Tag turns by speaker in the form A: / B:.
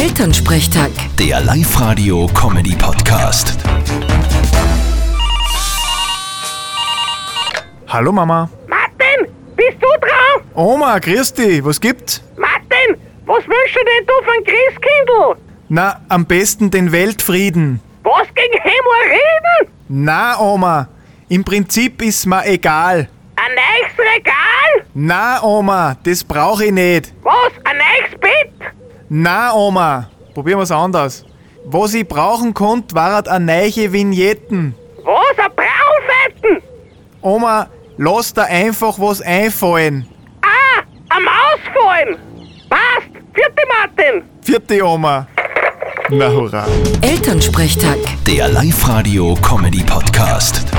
A: Elternsprechtag.
B: Der Live-Radio-Comedy-Podcast.
C: Hallo Mama.
D: Martin, bist du drauf?
C: Oma, grüß dich, was gibt's?
D: Martin, was wünschst du denn du von Christkindl?
C: Na, am besten den Weltfrieden.
D: Was gegen Hämorrhoiden?
C: Na, Oma, im Prinzip ist mir egal.
D: Ein neues Regal?
C: Na, Oma, das brauche ich nicht.
D: Was, ein neues Bett?
C: Na, Oma, probieren wir's anders. Was ich brauchen konnte, waren eine neue Vignetten.
D: Was, ein Braunfetten?
C: Oma, lass da einfach was einfallen.
D: Ah, am Ausfallen. Passt, vierte Martin.
C: Vierte Oma. Na hurra.
A: Elternsprechtag.
B: Der Live-Radio-Comedy-Podcast.